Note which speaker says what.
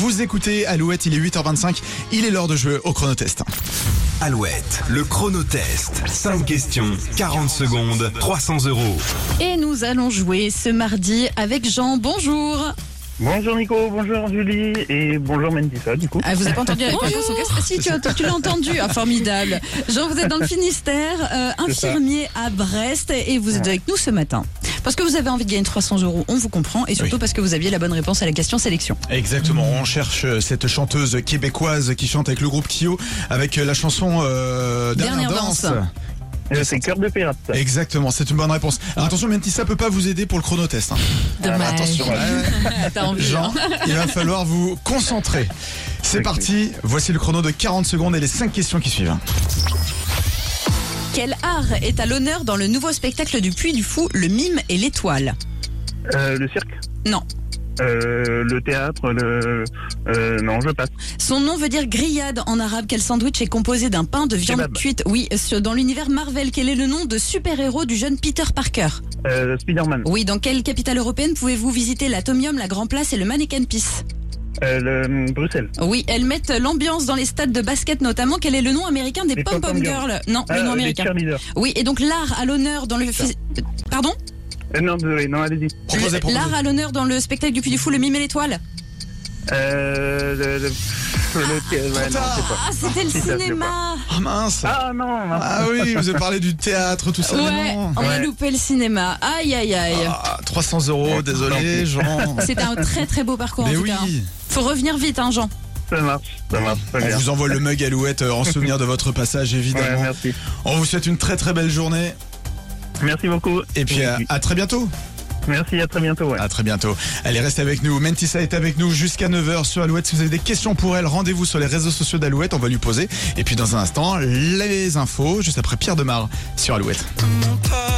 Speaker 1: Vous écoutez Alouette, il est 8h25, il est l'heure de jouer au chronotest.
Speaker 2: Alouette, le chronotest. 5 questions, 40 secondes, 300 euros.
Speaker 3: Et nous allons jouer ce mardi avec Jean. Bonjour.
Speaker 4: Bonjour Nico, bonjour Julie et bonjour Mendissa du coup.
Speaker 3: Ah, vous avez pas entendu avec Bonjour. Si, tu, tu l'as entendu. Ah, formidable. Jean, vous êtes dans le Finistère, euh,
Speaker 4: ça.
Speaker 3: infirmier à Brest, et vous êtes avec nous ce matin. Parce que vous avez envie de gagner 300 euros, on vous comprend, et surtout
Speaker 1: Oui.
Speaker 3: parce que vous aviez la bonne réponse à la question sélection.
Speaker 1: Exactement, on cherche euh, cette chanteuse québécoise qui chante avec le groupe Kyo avec euh, la chanson euh, Dernière,
Speaker 3: Dernière
Speaker 1: danse.
Speaker 3: danse.
Speaker 4: Euh, C'est cœur de pirate. ça.
Speaker 1: Exactement, c'est une bonne réponse. Alors attention, Mentissa peut pas vous aider pour le chronotest. hein.
Speaker 3: Dommage.
Speaker 1: Attention,
Speaker 3: T'as envie,
Speaker 1: Jean,
Speaker 3: hein.
Speaker 1: il va falloir vous concentrer. C'est parti, voici le chrono de 40 secondes et les 5 questions qui suivent.
Speaker 3: hein. Quel art est à l'honneur dans le nouveau spectacle du Puy du Fou, le mime et l'étoile
Speaker 4: Euh, le cirque,
Speaker 3: Non.
Speaker 4: euh, le théâtre, le euh, non je passe.
Speaker 3: Son nom veut dire grillade en arabe. Quel sandwich est composé d'un pain de viande
Speaker 4: Kebab.
Speaker 3: cuite Oui, sur- dans l'univers Marvel, quel est le nom de super-héros du jeune Peter Parker
Speaker 4: Euh, Spider-Man,
Speaker 3: Oui, dans quelle capitale européenne pouvez-vous visiter l'Atomium, la Grand Place et le Mannequin Pis
Speaker 4: euh, le, Bruxelles,
Speaker 3: Oui, elles mettent l'ambiance dans les stades de basket notamment. Quel est le nom américain des
Speaker 4: Les
Speaker 3: pom pom
Speaker 4: pom-pom
Speaker 3: girls Non,
Speaker 4: Ah,
Speaker 3: le nom
Speaker 4: euh, les
Speaker 3: américain.
Speaker 4: cheerleaders.
Speaker 3: Oui, et donc l'art à l'honneur dans le phys- pardon
Speaker 4: Euh, non désolé, non allez-y.
Speaker 1: Proposez, proposez.
Speaker 3: L'art à l'honneur dans le spectacle du Puy du Fou, le mime et l'étoile.
Speaker 4: Euh, le, le, le- ouais, non, je sais pas.
Speaker 3: Ah, c'était le
Speaker 4: Si, ça, je l'ai
Speaker 3: cinéma.
Speaker 1: Oh, mince
Speaker 4: Ah non, non.
Speaker 1: Ah oui, vous avez parlé du théâtre, tout ça. mais
Speaker 3: Ouais,
Speaker 1: non.
Speaker 3: on a
Speaker 4: Ouais.
Speaker 3: loupé le cinéma. Aïe aïe aïe.
Speaker 1: Ah, 300 euros, désolé, Jean.
Speaker 3: C'était un très très beau parcours
Speaker 1: Mais
Speaker 3: en tout
Speaker 1: oui,
Speaker 3: cas. Faut revenir vite, hein, Jean.
Speaker 4: ça marche, ça marche, très
Speaker 1: on
Speaker 4: bien.
Speaker 1: Ah, vous envoie le mug Alouette euh, en souvenir de votre passage,
Speaker 4: Ouais,
Speaker 1: évidemment.
Speaker 4: merci.
Speaker 1: on vous souhaite une très très belle journée.
Speaker 4: Merci beaucoup.
Speaker 1: Et puis euh, à, à très bientôt.
Speaker 4: merci, à très bientôt. ouais.
Speaker 1: À très bientôt. Allez, restez avec nous. Mentissa est avec nous jusqu'à 9h sur Alouette. Si vous avez des questions pour elle, rendez-vous sur les réseaux sociaux d'Alouette. On va lui poser. Et puis dans un instant, les infos, juste après Pierre Demar sur Alouette.
Speaker 5: mon pas